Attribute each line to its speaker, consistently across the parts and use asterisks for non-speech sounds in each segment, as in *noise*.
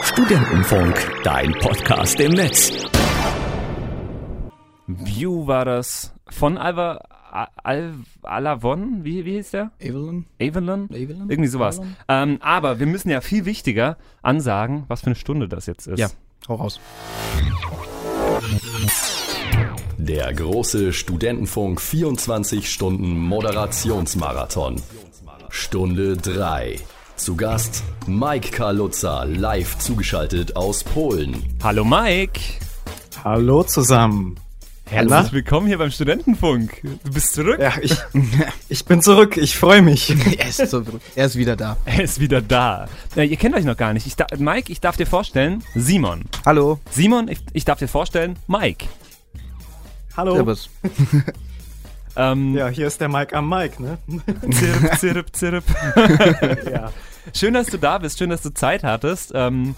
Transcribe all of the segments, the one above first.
Speaker 1: Studentenfunk, dein Podcast im Netz.
Speaker 2: View war das von Alva, Al, Alavon, wie, wie hieß der?
Speaker 3: Evelyn?
Speaker 2: Avalon?
Speaker 3: Evelyn?
Speaker 2: Irgendwie sowas.
Speaker 3: E- Avalon?
Speaker 2: Ähm, aber wir müssen ja viel wichtiger ansagen, was für eine Stunde das jetzt ist.
Speaker 3: Ja, hau raus.
Speaker 1: Der große Studentenfunk 24 Stunden Moderationsmarathon. Stunde 3. Zu Gast Mike Kaluza, live zugeschaltet aus Polen.
Speaker 2: Hallo Mike!
Speaker 4: Hallo zusammen.
Speaker 2: Herzlich willkommen hier beim Studentenfunk. Du bist zurück?
Speaker 4: Ja, ich, *laughs* ich bin zurück, ich freue
Speaker 2: *laughs*
Speaker 4: mich.
Speaker 3: Er ist, so, er ist wieder da.
Speaker 2: Er ist wieder da. Ja, ihr kennt euch noch gar nicht. Ich da, Mike, ich darf dir vorstellen, Simon.
Speaker 3: Hallo.
Speaker 2: Simon, ich, ich darf dir vorstellen, Mike.
Speaker 4: Hallo.
Speaker 3: Servus.
Speaker 2: Ähm,
Speaker 4: Ja, hier ist der Mike am
Speaker 2: *laughs*
Speaker 4: Mike, ne?
Speaker 2: Zirp, zirp, zirp.
Speaker 4: Ja.
Speaker 2: Schön, dass du da bist, schön, dass du Zeit hattest. Ähm,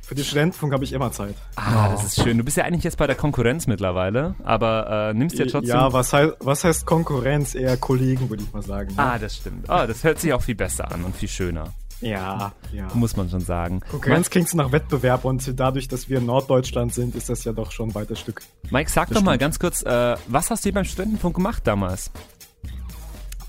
Speaker 4: Für den Studentenfunk habe ich immer Zeit.
Speaker 2: ah, das ist schön. Du bist ja eigentlich jetzt bei der Konkurrenz mittlerweile, aber äh, nimmst ja trotzdem.
Speaker 4: Ja, was heißt, was heißt Konkurrenz? Eher Kollegen, würde ich mal sagen. ne?
Speaker 2: Ah, das stimmt. Ah, das hört sich auch viel besser an und viel schöner,
Speaker 4: Ja, ja.
Speaker 2: muss man schon sagen.
Speaker 4: Konkurrenz klingt nach Wettbewerb und dadurch, dass wir in Norddeutschland sind, ist das ja doch schon ein weites Stück.
Speaker 2: Mike, sag doch mal ganz kurz, äh, was hast du hier beim Studentenfunk gemacht damals?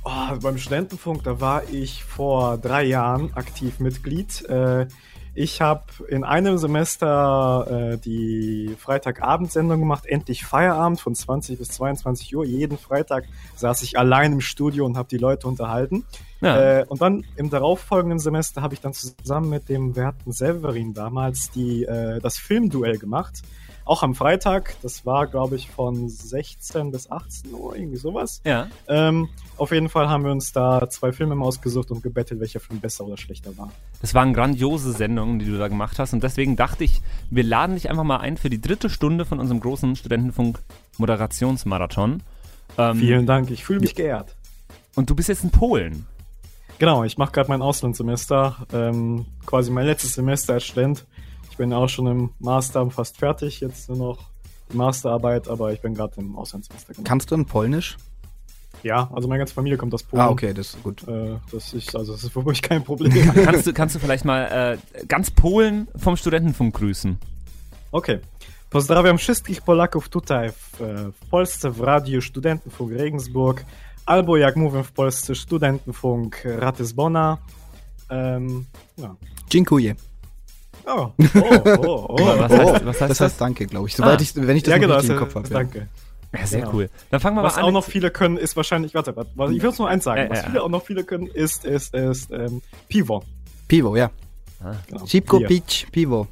Speaker 4: Oh, beim Studentenfunk, da war ich vor drei Jahren aktiv Mitglied. Äh, ich habe in einem Semester äh, die Freitagabendsendung gemacht, endlich Feierabend von 20 bis 22 Uhr. Jeden Freitag saß ich allein im Studio und habe die Leute unterhalten.
Speaker 2: Ja.
Speaker 4: Äh, und dann im darauffolgenden Semester habe ich dann zusammen mit dem werten Severin damals die, äh, das Filmduell gemacht. Auch am Freitag, das war glaube ich von 16 bis 18 Uhr, irgendwie sowas.
Speaker 2: Ja.
Speaker 4: Ähm, auf jeden Fall haben wir uns da zwei Filme mal ausgesucht und gebettelt, welcher Film besser oder schlechter war.
Speaker 2: Das waren grandiose Sendungen, die du da gemacht hast. Und deswegen dachte ich, wir laden dich einfach mal ein für die dritte Stunde von unserem großen Studentenfunk-Moderationsmarathon.
Speaker 3: Mhm.
Speaker 2: Ähm,
Speaker 4: Vielen Dank, ich fühle mich geehrt.
Speaker 2: Und du bist jetzt in Polen.
Speaker 4: Genau, ich mache gerade mein Auslandssemester, ähm, quasi mein letztes Semester als Student. Ich bin auch schon im Master um fast fertig, jetzt nur noch die Masterarbeit, aber ich bin gerade im Auslandssemester. Genau.
Speaker 3: Kannst du in Polnisch?
Speaker 4: Ja, also meine ganze Familie kommt aus Polen.
Speaker 3: Ah, okay, das ist gut.
Speaker 4: Äh, das ist, also das ist wirklich
Speaker 3: *laughs*
Speaker 4: kein Problem.
Speaker 2: Kannst du, kannst du vielleicht mal äh, ganz Polen vom Studentenfunk grüßen?
Speaker 4: Okej. Pozdrawiam wszystkich Polaków tutaj w, e, w Polsce w Radiu Studentenfunk Regensburg, albo jak mówią w Polsce Studentenfunk Ratisbona. Um, no.
Speaker 3: Dziękuję.
Speaker 4: O, o, o, o.
Speaker 2: Was heißt, was heißt
Speaker 3: das
Speaker 2: das?
Speaker 3: heißt Danke, glaube ich. Soweit
Speaker 2: Ah.
Speaker 3: ich, wenn ich das
Speaker 4: Ja,
Speaker 3: noch
Speaker 4: genau,
Speaker 3: richtig
Speaker 4: das,
Speaker 3: im Kopf habe. Ja.
Speaker 4: danke.
Speaker 2: Ja, sehr
Speaker 4: Genau.
Speaker 2: cool. Dann fangen wir
Speaker 4: Was
Speaker 2: mal
Speaker 4: auch
Speaker 2: an.
Speaker 4: noch viele können, ist wahrscheinlich, warte, warte, warte ich will uns nur eins sagen,
Speaker 2: Ja,
Speaker 4: was
Speaker 2: ja.
Speaker 4: viele auch noch viele können, ist, ist, ist ähm, Pivo.
Speaker 3: Pivo, ja.
Speaker 4: Genau.
Speaker 3: Szybko
Speaker 4: Bier.
Speaker 3: pić Pivo.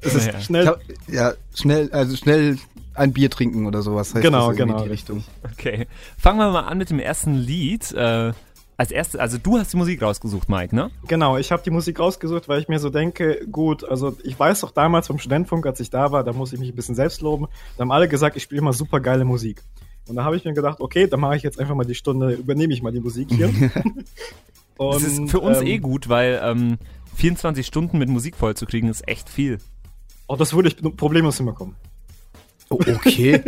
Speaker 4: Das
Speaker 2: Ja,
Speaker 4: ist
Speaker 2: ja.
Speaker 3: Ich
Speaker 4: schnell,
Speaker 3: glaub, ja, schnell, also schnell ein Bier trinken oder sowas heißt
Speaker 4: Genau,
Speaker 3: das irgendwie
Speaker 4: genau,
Speaker 3: die Richtung.
Speaker 2: Okay. *laughs* Fangen wir mal an mit dem ersten Lied. Äh, als erstes, also du hast die Musik rausgesucht, Mike, ne?
Speaker 4: Genau, ich habe die Musik rausgesucht, weil ich mir so denke, gut, also ich weiß doch damals vom Studentenfunk, als ich da war, da muss ich mich ein bisschen selbst loben. Da haben alle gesagt, ich spiele immer super geile Musik. Und da habe ich mir gedacht, okay, dann mache ich jetzt einfach mal die Stunde, übernehme ich mal die Musik hier. *laughs*
Speaker 2: *laughs*
Speaker 4: Und,
Speaker 2: das ist für uns
Speaker 4: ähm,
Speaker 2: eh gut, weil ähm, 24 Stunden mit Musik vollzukriegen ist echt viel.
Speaker 4: Oh, das würde ich problemlos hinbekommen.
Speaker 3: Oh, okay.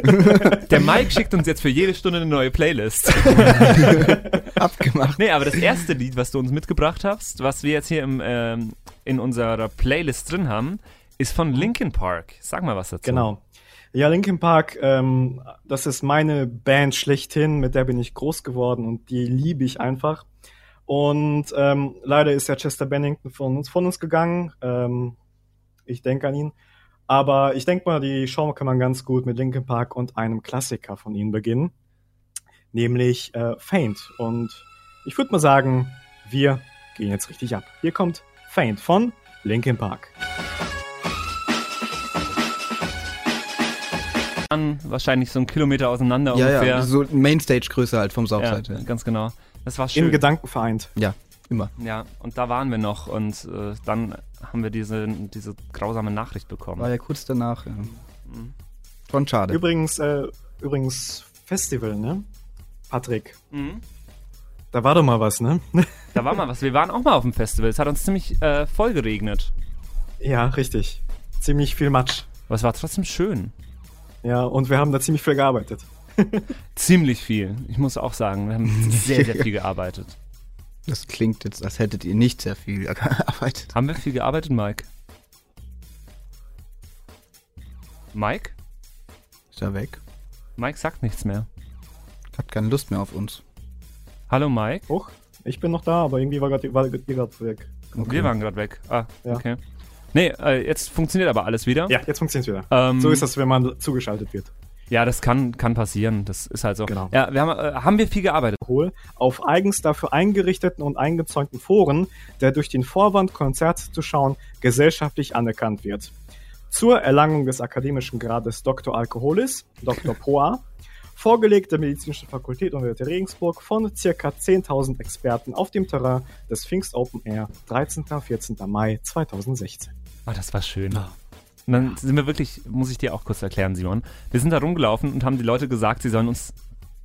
Speaker 2: Der Mike schickt uns jetzt für jede Stunde eine neue
Speaker 4: *laughs*
Speaker 2: Playlist. *laughs*
Speaker 3: Abgemacht.
Speaker 2: Nee, aber das erste Lied, was du uns mitgebracht hast, was wir jetzt hier im, ähm, in unserer Playlist drin haben, ist von Linkin Park. Sag mal was dazu.
Speaker 4: Genau. Ja, Linkin Park, ähm, das ist meine Band schlechthin, mit der bin ich groß geworden und die liebe ich einfach. Und ähm, leider ist ja Chester Bennington von uns, von uns gegangen. Ähm, ich denke an ihn. Aber ich denke mal, die Show kann man ganz gut mit Linkin Park und einem Klassiker von ihnen beginnen, nämlich äh, Faint. Und ich würde mal sagen, wir gehen jetzt richtig ab. Hier kommt Faint von Linkin Park.
Speaker 2: An, wahrscheinlich so einen Kilometer auseinander
Speaker 3: Ja,
Speaker 2: ungefähr.
Speaker 3: ja, so Mainstage-Größe halt vom
Speaker 2: Ja,
Speaker 3: Southside. Ja,
Speaker 2: ganz genau. Das war
Speaker 4: In
Speaker 2: schön.
Speaker 4: Gedanken vereint.
Speaker 3: ja immer.
Speaker 2: Ja, und da waren wir noch und äh, dann haben wir diese, diese grausame Nachricht bekommen.
Speaker 3: War ja kurz danach. Ja. Schon schade.
Speaker 4: Übrigens, äh, übrigens Festival, ne? Patrick,
Speaker 2: Mhm.
Speaker 4: da war doch mal was, ne? *laughs*
Speaker 2: Da war mal was. Wir waren auch mal auf dem Festival. Es hat uns ziemlich äh, voll geregnet.
Speaker 4: ja, richtig. Ziemlich viel Matsch.
Speaker 2: Aber es war trotzdem schön.
Speaker 4: Ja, und wir haben da ziemlich viel gearbeitet. *laughs*
Speaker 2: Ziemlich viel. Ich muss auch sagen, wir haben sehr, sehr viel gearbeitet.
Speaker 3: Das klingt jetzt, als hättet ihr nicht sehr viel *laughs* gearbeitet.
Speaker 2: Haben wir viel gearbeitet, Mike? Mike?
Speaker 3: Ist er weg?
Speaker 2: Mike sagt nichts mehr.
Speaker 3: Hat keine Lust mehr auf uns.
Speaker 2: Hallo, Mike?
Speaker 4: Hoch. Ich bin noch da, aber irgendwie war gerade war, ihr grad weg.
Speaker 2: Wir waren gerade weg. Ah,
Speaker 4: Ja.
Speaker 2: okay. Nee, äh, jetzt funktioniert aber alles wieder.
Speaker 4: Ja, jetzt funktioniert's wieder.
Speaker 2: Ähm,
Speaker 4: So ist das, wenn man zugeschaltet wird.
Speaker 2: Ja, das kann, kann passieren. Das ist halt so.
Speaker 4: Genau.
Speaker 2: Ja, wir haben, äh, haben wir viel gearbeitet.
Speaker 4: Alkohol auf eigens dafür eingerichteten und eingezäunten Foren, der durch den Vorwand, Konzerte zu schauen, gesellschaftlich anerkannt wird. Zur Erlangung des akademischen Grades Dr. Alkoholis, Dr. Poa, vorgelegt der Medizinischen Fakultät Universität Regensburg von ca. 10.000 Experten auf dem Terrain des Pfingst Open Air 13. 14. Mai 2016.
Speaker 2: Ah, das war schön. Und dann sind wir wirklich, muss ich dir auch kurz erklären, Simon. Wir sind da rumgelaufen und haben die Leute gesagt, sie sollen uns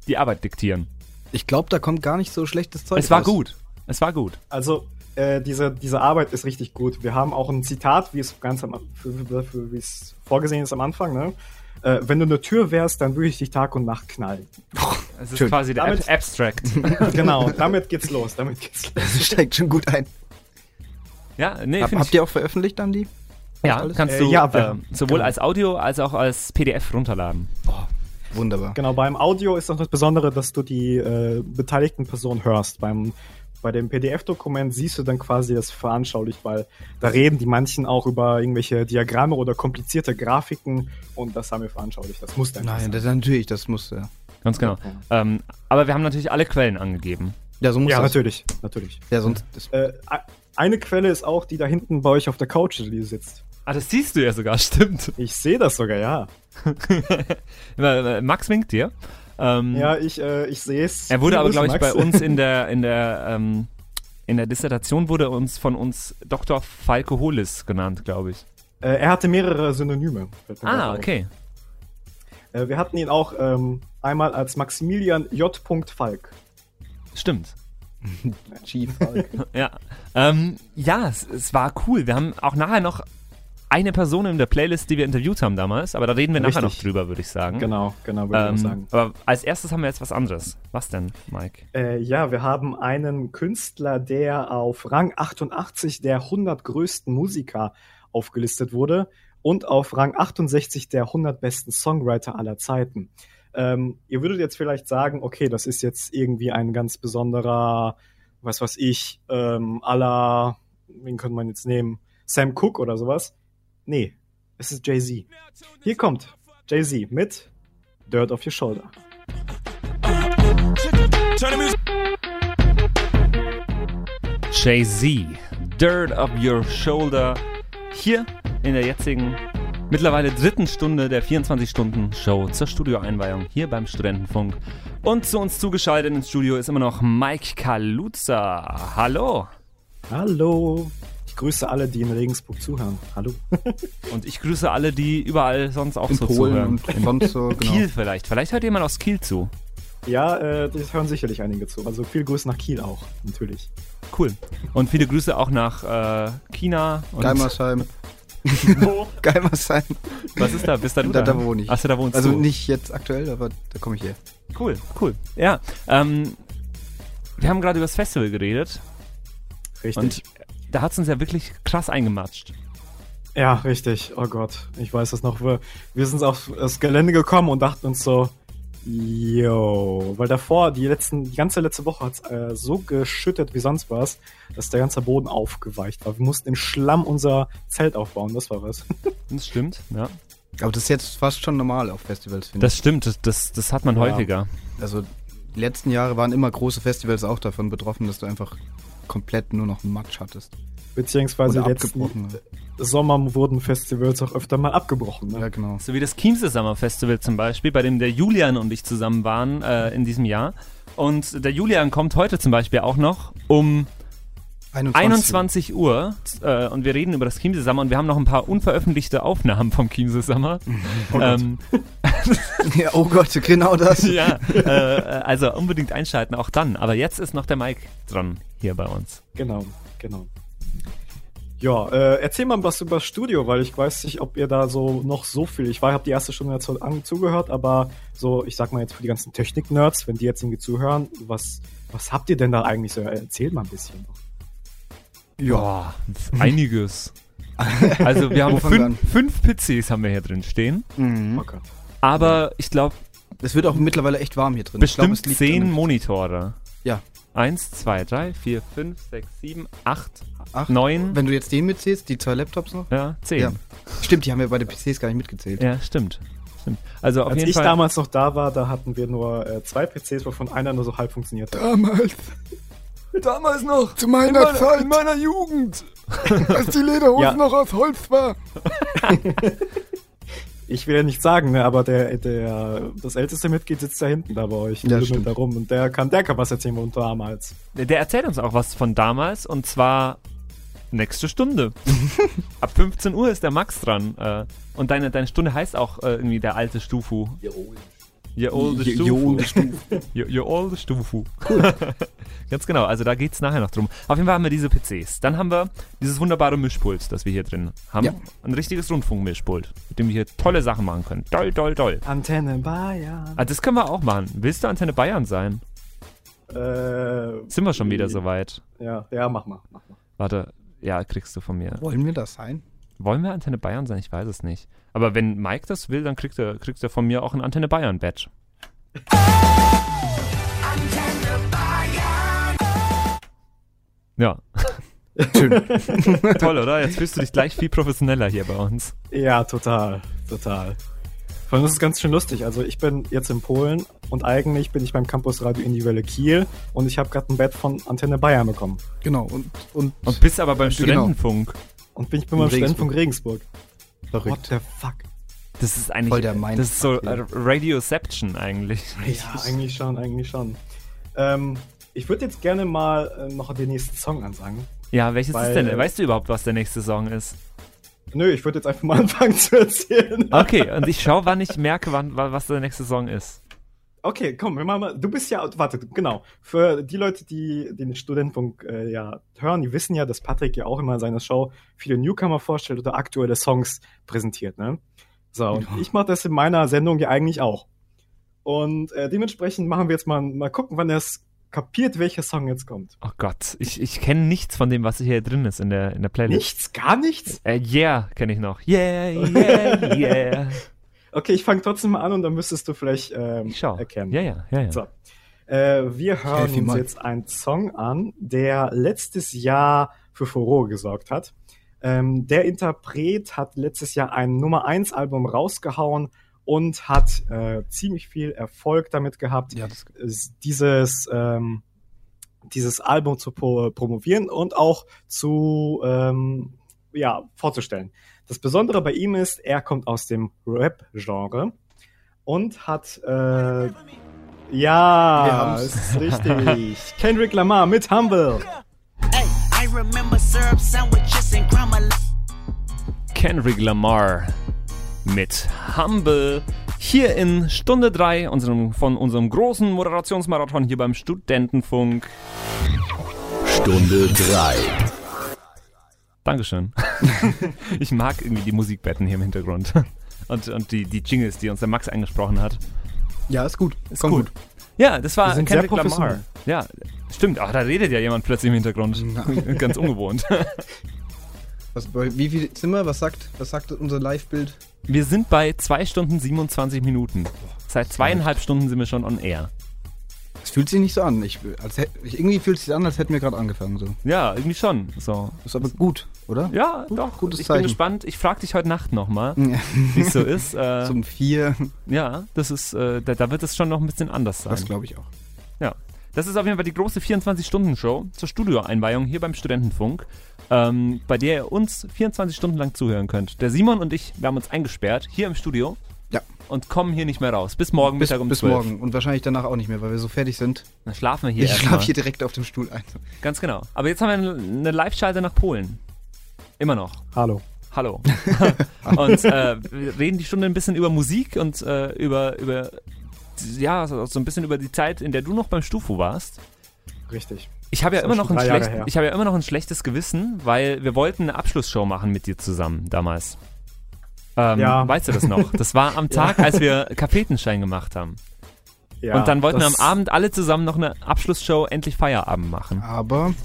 Speaker 2: die Arbeit diktieren.
Speaker 3: Ich glaube, da kommt gar nicht so schlechtes Zeug
Speaker 2: Es war
Speaker 3: raus.
Speaker 2: gut. Es war gut.
Speaker 4: Also, äh, diese, diese Arbeit ist richtig gut. Wir haben auch ein Zitat, wie es ganz am, für, für, für, wie es vorgesehen ist am Anfang, ne? Äh, wenn du eine Tür wärst, dann würde ich dich Tag und
Speaker 3: *laughs*
Speaker 4: Nacht knallen.
Speaker 2: Es ist
Speaker 3: Schön.
Speaker 2: quasi der
Speaker 4: Damit-
Speaker 2: Ab Abstract.
Speaker 4: genau, damit geht's los, damit geht's los.
Speaker 3: *laughs* Das steigt schon gut ein.
Speaker 2: ja, nee,
Speaker 3: Hab,
Speaker 2: finde ich.
Speaker 3: habt ihr auch veröffentlicht dann die?
Speaker 2: ja,
Speaker 3: alles?
Speaker 2: kannst
Speaker 4: Äh,
Speaker 2: du
Speaker 4: ja, wir-
Speaker 2: ähm, sowohl
Speaker 4: genau.
Speaker 2: als Audio als auch als PDF runterladen.
Speaker 3: Wunderbar.
Speaker 4: Genau, beim Audio ist noch das Besondere, dass du die äh, beteiligten Personen hörst. Beim, bei dem PDF-Dokument siehst du dann quasi das veranschaulicht, weil da reden die manchen auch über irgendwelche Diagramme oder komplizierte Grafiken und das haben wir veranschaulicht. Das muss dann
Speaker 3: Nein,
Speaker 4: sein.
Speaker 3: das natürlich, das muss ja.
Speaker 2: Ganz genau. Ähm, aber wir haben natürlich alle Quellen angegeben.
Speaker 3: Ja, so muss
Speaker 4: Ja,
Speaker 3: das.
Speaker 4: natürlich, natürlich.
Speaker 3: Ja, sonst das,
Speaker 4: Äh, a- eine Quelle ist auch die da hinten bei euch auf der Couch, die sitzt.
Speaker 2: Ah, das siehst du ja sogar, *laughs* stimmt.
Speaker 4: Ich sehe das sogar, ja.
Speaker 2: Äh, äh, Max winkt dir. Ähm,
Speaker 4: Ja, ich, äh, ich sehe es.
Speaker 2: Er wurde aber, glaube ich, bei uns in der, in der, ähm, in der Dissertation wurde uns von uns Dr. Falco Holis genannt, glaube ich.
Speaker 4: Äh, er hatte mehrere Synonyme. fällt mir gerade
Speaker 2: Ah,
Speaker 4: auf.
Speaker 2: okay.
Speaker 4: Äh, wir hatten ihn auch ähm, einmal als Maximilian J. Falk. *laughs*
Speaker 2: Stimmt.
Speaker 3: Chief.
Speaker 2: Ja. Ähm, ja, es, es war cool. Wir haben auch nachher noch eine Person in der Playlist, die wir interviewt haben damals, aber da reden wir nachher noch
Speaker 4: Richtig.
Speaker 2: drüber, würde ich sagen.
Speaker 4: Genau, genau, würde
Speaker 2: Mhm. Ähm,
Speaker 4: ich auch sagen.
Speaker 2: aber als erstes haben wir jetzt was anderes. Was denn, Mike?
Speaker 4: Äh, ja, wir haben einen Künstler, der auf Rang 88 der 100 größten Musiker aufgelistet wurde und auf Rang 68 der 100 besten Songwriter aller Zeiten. Ähm, ihr würdet jetzt vielleicht sagen, okay, das ist jetzt irgendwie ein ganz besonderer, was weiß ich, ähm, aller, wen könnte man jetzt nehmen? Sam Cooke oder sowas? Nee, es ist Jay-Z. Hier kommt Jay-Z mit Dirt Off Your Shoulder.
Speaker 2: Jay-Z, Dirt Up Your Shoulder, hier in der jetzigen, mittlerweile dritten Stunde der 24-Stunden-Show zur Studioeinweihung hier beim Studentenfunk. Und zu uns zugeschaltet ins Studio ist immer noch Mike Kaluza. Hallo.
Speaker 4: Hallo. Ich grüße alle, die in Regensburg zuhören. Hallo. *laughs*
Speaker 2: Und ich grüße alle, die überall sonst auch
Speaker 3: in
Speaker 2: so zuhören.
Speaker 3: Polen und sonst so, genau.
Speaker 2: Kiel vielleicht. Vielleicht hört jemand aus Kiel zu.
Speaker 4: Ja, äh, das hören sicherlich einige zu. Also viel Grüße nach Kiel auch, natürlich.
Speaker 2: Cool. Und viele Grüße auch nach äh, China. Und
Speaker 3: Geimersheim.
Speaker 4: Wo?
Speaker 3: *laughs* Geimersheim.
Speaker 2: Was ist da? Bist da du
Speaker 3: Da- da wohne ich.
Speaker 2: Achso, da wohnst
Speaker 3: Also
Speaker 2: du.
Speaker 3: nicht jetzt aktuell, aber da komme ich her.
Speaker 2: Cool, cool. Ja, ähm, wir haben gerade über das Festival geredet
Speaker 4: Richtig.
Speaker 2: und da hat es uns ja wirklich krass eingematscht.
Speaker 4: ja, richtig. Oh Gott, ich weiß das noch. Wir, wir sind auf das Gelände gekommen und dachten uns so, yo. Weil davor, die, letzten, die ganze letzte Woche hat es äh, so geschüttet wie sonst was, dass der ganze Boden aufgeweicht war. Wir mussten im Schlamm unser Zelt aufbauen, das war was. *laughs*
Speaker 2: Das stimmt, ja.
Speaker 3: Aber das ist jetzt fast schon normal auf Festivals, finde ich.
Speaker 2: Das stimmt, das, das, das hat man
Speaker 4: Ja.
Speaker 2: häufiger.
Speaker 3: Also die letzten Jahre waren immer große Festivals auch davon betroffen, dass du einfach komplett nur noch Matsch hattest.
Speaker 4: Beziehungsweise
Speaker 3: oder
Speaker 4: die Also letzten
Speaker 3: abgebrochen.
Speaker 4: Sommer wurden Festivals auch öfter mal abgebrochen. Ne?
Speaker 3: Ja, genau.
Speaker 2: So wie das Chiemsee Summer Festival zum Beispiel, bei dem der Julian und ich zusammen waren äh, in diesem Jahr. Und der Julian kommt heute zum Beispiel auch noch um 21 Uhr äh, und wir reden über das Chiemsee Summer und wir haben noch ein paar unveröffentlichte Aufnahmen vom Chiemsee *laughs* Summer. ähm,
Speaker 3: *laughs* ja, oh Gott, genau das. *laughs*
Speaker 2: Ja, *laughs* äh, also unbedingt einschalten, auch dann. Aber jetzt ist noch der Mike dran hier bei uns.
Speaker 4: Genau, genau. Ja, äh, erzähl mal was über das Studio, weil ich weiß nicht, ob ihr da so noch so viel. Ich habe die erste Stunde dazu an, zugehört, aber so, ich sag mal jetzt für die ganzen Technik-Nerds, wenn die jetzt irgendwie zuhören, was, was habt ihr denn da eigentlich so? Erzähl mal ein bisschen.
Speaker 2: Ja,
Speaker 3: *laughs*
Speaker 2: einiges. also wir haben
Speaker 3: Wo fangen wir
Speaker 2: fünf, fünf PCs haben wir hier drin stehen,
Speaker 4: Oh Gott.
Speaker 2: aber ich glaube
Speaker 3: Mhm. Es wird auch mittlerweile echt warm hier drin. Ich glaub,
Speaker 2: bestimmt
Speaker 3: es liegt
Speaker 2: zehn
Speaker 3: daran.
Speaker 2: Monitore.
Speaker 3: Ja.
Speaker 2: Eins, zwei, drei, vier, fünf, sechs, sieben, acht,
Speaker 3: Acht.
Speaker 2: neun,
Speaker 3: Wenn du jetzt den mitzählst, die zwei Laptops noch.
Speaker 2: ja, zehn.
Speaker 3: Ja. Stimmt, die haben wir bei den PCs gar nicht mitgezählt.
Speaker 2: Ja, stimmt. stimmt. Also auf
Speaker 4: Als
Speaker 2: jeden
Speaker 4: ich
Speaker 2: Fall.
Speaker 4: damals noch da war, da hatten wir nur äh, zwei PCs, wovon einer nur so halb funktioniert hat.
Speaker 3: Damals. *laughs* Damals noch. Zu meiner Zeit. In meiner Jugend. als die Lederhose
Speaker 4: Ja.
Speaker 3: noch aus Holz war.
Speaker 4: Ich will ja nicht sagen, ne, aber der, der, das älteste Mitglied sitzt da hinten da bei euch.
Speaker 3: Ja,
Speaker 4: Lümmelt
Speaker 3: stimmt.
Speaker 4: da rum und der kann, der kann was erzählen von damals.
Speaker 2: der erzählt uns auch was von damals und zwar nächste Stunde. Ab 15 Uhr ist der Max dran. Äh, und deine, deine Stunde heißt auch äh, irgendwie der alte Stufu. Your old
Speaker 3: Your-
Speaker 2: Stufu.
Speaker 3: your old
Speaker 2: Your, your old Stufu. *laughs* Ganz genau, also da geht's nachher noch drum. Auf jeden Fall haben wir diese PCs. Dann haben wir dieses wunderbare Mischpult, das wir hier drin haben.
Speaker 3: Ja.
Speaker 2: Ein richtiges Rundfunkmischpult, mit dem wir hier tolle Sachen machen können. Doll, doll, doll.
Speaker 4: Antenne Bayern.
Speaker 2: Ah, das können wir auch machen. Willst du Antenne Bayern sein?
Speaker 4: Äh,
Speaker 2: Sind wir schon wieder soweit?
Speaker 4: ja, ja, mach mal. Mach mal.
Speaker 2: Warte, ja, kriegst du von mir.
Speaker 3: Wollen wir das sein?
Speaker 2: Wollen wir Antenne Bayern sein? Ich weiß es nicht. Aber wenn Mike das will, dann kriegt er, kriegt er von mir auch ein Antenne Bayern Badge. Ja,
Speaker 3: Schön.
Speaker 2: *laughs* toll, oder? Jetzt fühlst du dich gleich viel professioneller hier bei uns.
Speaker 4: Ja, total, total. Vor allem ist es ganz schön lustig. Also ich bin jetzt in Polen und eigentlich bin ich beim Campusradio in die Welle Kiel und ich habe gerade ein Bett von Antenne Bayern bekommen.
Speaker 3: genau. Und, und,
Speaker 2: Und bist aber beim
Speaker 3: Genau.
Speaker 2: Studentenfunk.
Speaker 4: Und bin ich bin
Speaker 3: In
Speaker 4: beim Student von Regensburg. What
Speaker 3: verrückt.
Speaker 4: the fuck?
Speaker 2: Das ist eigentlich.
Speaker 3: Voll der Mindfuck
Speaker 2: das ist so
Speaker 3: hier.
Speaker 2: äh, Radioception eigentlich.
Speaker 4: Ja, eigentlich schon, eigentlich schon. Ähm, ich würde jetzt gerne mal äh, noch den nächsten Song ansagen.
Speaker 2: Ja, welches ist
Speaker 4: Weil-
Speaker 2: denn? Weißt du überhaupt, was der nächste Song ist?
Speaker 4: Nö, ich würde jetzt einfach mal *laughs* anfangen zu erzählen.
Speaker 3: Ah.
Speaker 2: Okay, und ich schaue, wann ich merke, wann, wa- was der nächste Song ist.
Speaker 4: Okay, komm, wir machen mal. Du bist ja, warte, genau. Für die Leute, die den Studentenfunk äh, ja hören, die wissen ja, dass Patrick ja auch immer in seiner Show viele Newcomer vorstellt oder aktuelle Songs präsentiert, ne? So, und
Speaker 2: Genau.
Speaker 4: ich mache das in meiner Sendung ja eigentlich auch. Und äh, dementsprechend machen wir jetzt mal, mal gucken, wann er es kapiert, welcher Song jetzt kommt.
Speaker 2: Oh Gott, ich, ich kenne nichts von dem, was hier drin ist in der, in der Playlist.
Speaker 4: Nichts, gar nichts?
Speaker 2: Äh, yeah, kenne ich noch. Yeah, yeah,
Speaker 4: *laughs*
Speaker 2: yeah.
Speaker 4: Okay, ich fange trotzdem mal an und dann müsstest du vielleicht ähm,
Speaker 2: Ich schau.
Speaker 4: erkennen.
Speaker 2: Ja, ja, ja, ja.
Speaker 4: So. Äh, wir hören
Speaker 3: helf ihm
Speaker 4: uns
Speaker 3: mal.
Speaker 4: jetzt einen Song an, der letztes Jahr für Furore gesorgt hat. Ähm, der Interpret hat letztes Jahr ein Nummer 1 Album rausgehauen und hat äh, ziemlich viel Erfolg damit gehabt,
Speaker 3: Ja, das,
Speaker 4: s- dieses, ähm, dieses Album zu pro promovieren und auch zu ähm, ja, vorzustellen. Das Besondere bei ihm ist, er kommt aus dem Rap-Genre und hat äh,
Speaker 3: Wir
Speaker 4: ja,
Speaker 3: haben's.
Speaker 4: ist richtig.
Speaker 3: *laughs*
Speaker 4: Kendrick Lamar mit Humble.
Speaker 5: Hey, I remember syrup sandwiches and crumble.
Speaker 2: Kendrick Lamar mit Humble hier in Stunde 3 unserem, von unserem großen Moderationsmarathon hier beim Studentenfunk.
Speaker 1: Stunde 3.
Speaker 2: Dankeschön. *laughs* ich mag irgendwie die Musikbetten hier im Hintergrund. *laughs* Und, und die, die Jingles, die uns der Max angesprochen hat.
Speaker 3: ja, ist gut.
Speaker 2: Ist
Speaker 3: Kommt
Speaker 2: cool. Ja, das war
Speaker 4: Wir sind sehr
Speaker 2: Kendrick Lamar.
Speaker 4: professionell.
Speaker 2: Ja, stimmt. Ach, da redet ja jemand plötzlich im Hintergrund. *laughs* Ganz ungewohnt.
Speaker 3: Was, wie viel Zimmer? Was sagt, was sagt unser Live-Bild?
Speaker 2: Wir sind bei 2 Stunden 27 Minuten. Seit zweieinhalb Stunden sind wir schon on air.
Speaker 3: Es fühlt sich nicht so an. Ich, als, hätt- ich, irgendwie fühlt es sich an, als hätten wir gerade angefangen. So.
Speaker 2: Ja, irgendwie schon. So.
Speaker 3: Ist aber gut, oder?
Speaker 2: Ja, doch.
Speaker 3: gutes
Speaker 2: ich
Speaker 3: Zeichen.
Speaker 2: bin gespannt. Ich frage dich heute Nacht nochmal,
Speaker 3: *laughs* Ja.
Speaker 2: wie es so
Speaker 3: *laughs*
Speaker 2: ist. Äh,
Speaker 3: Zum vier.
Speaker 2: ja, das ist, äh, da, da wird es schon noch ein bisschen anders sein.
Speaker 3: Das glaube ich auch.
Speaker 2: Ja. Das ist auf jeden Fall die große 24-Stunden-Show zur Studioeinweihung hier beim Studentenfunk, ähm, bei der ihr uns 24 Stunden lang zuhören könnt. Der Simon und ich, wir haben uns eingesperrt hier im Studio
Speaker 3: Ja.
Speaker 2: und kommen hier nicht mehr raus. Bis morgen
Speaker 3: Bis,
Speaker 2: Mittag um
Speaker 3: bis
Speaker 2: 12.
Speaker 3: morgen. Und wahrscheinlich danach auch nicht mehr, weil wir so fertig sind.
Speaker 2: Dann schlafen wir hier
Speaker 3: ich
Speaker 2: erstmal.
Speaker 3: schlafe hier direkt auf dem Stuhl ein.
Speaker 2: Ganz genau. Aber jetzt haben wir eine Live-Schalte nach Polen. Immer noch.
Speaker 4: Hallo. *laughs*
Speaker 2: Hallo. und äh, wir reden die Stunde ein bisschen über Musik und äh, über, über, ja, so so ein bisschen über die Zeit, in der du noch beim Stufu warst.
Speaker 4: Richtig.
Speaker 2: Ich habe ja,
Speaker 4: Ist
Speaker 2: immer
Speaker 4: auch
Speaker 2: noch ein
Speaker 4: schon drei Jahre
Speaker 2: schlecht-
Speaker 4: her.
Speaker 2: ich habe ja immer noch ein schlechtes Gewissen, weil wir wollten eine Abschlussshow machen mit dir zusammen damals. Ähm,
Speaker 4: Ja.
Speaker 2: Weißt du das noch? Das
Speaker 4: *laughs*
Speaker 2: war am Tag, als wir Kapetenschein gemacht haben.
Speaker 4: Ja,
Speaker 2: Und dann wollten wir am
Speaker 4: das-
Speaker 2: Abend alle zusammen noch eine Abschlussshow endlich Feierabend machen.
Speaker 3: Aber.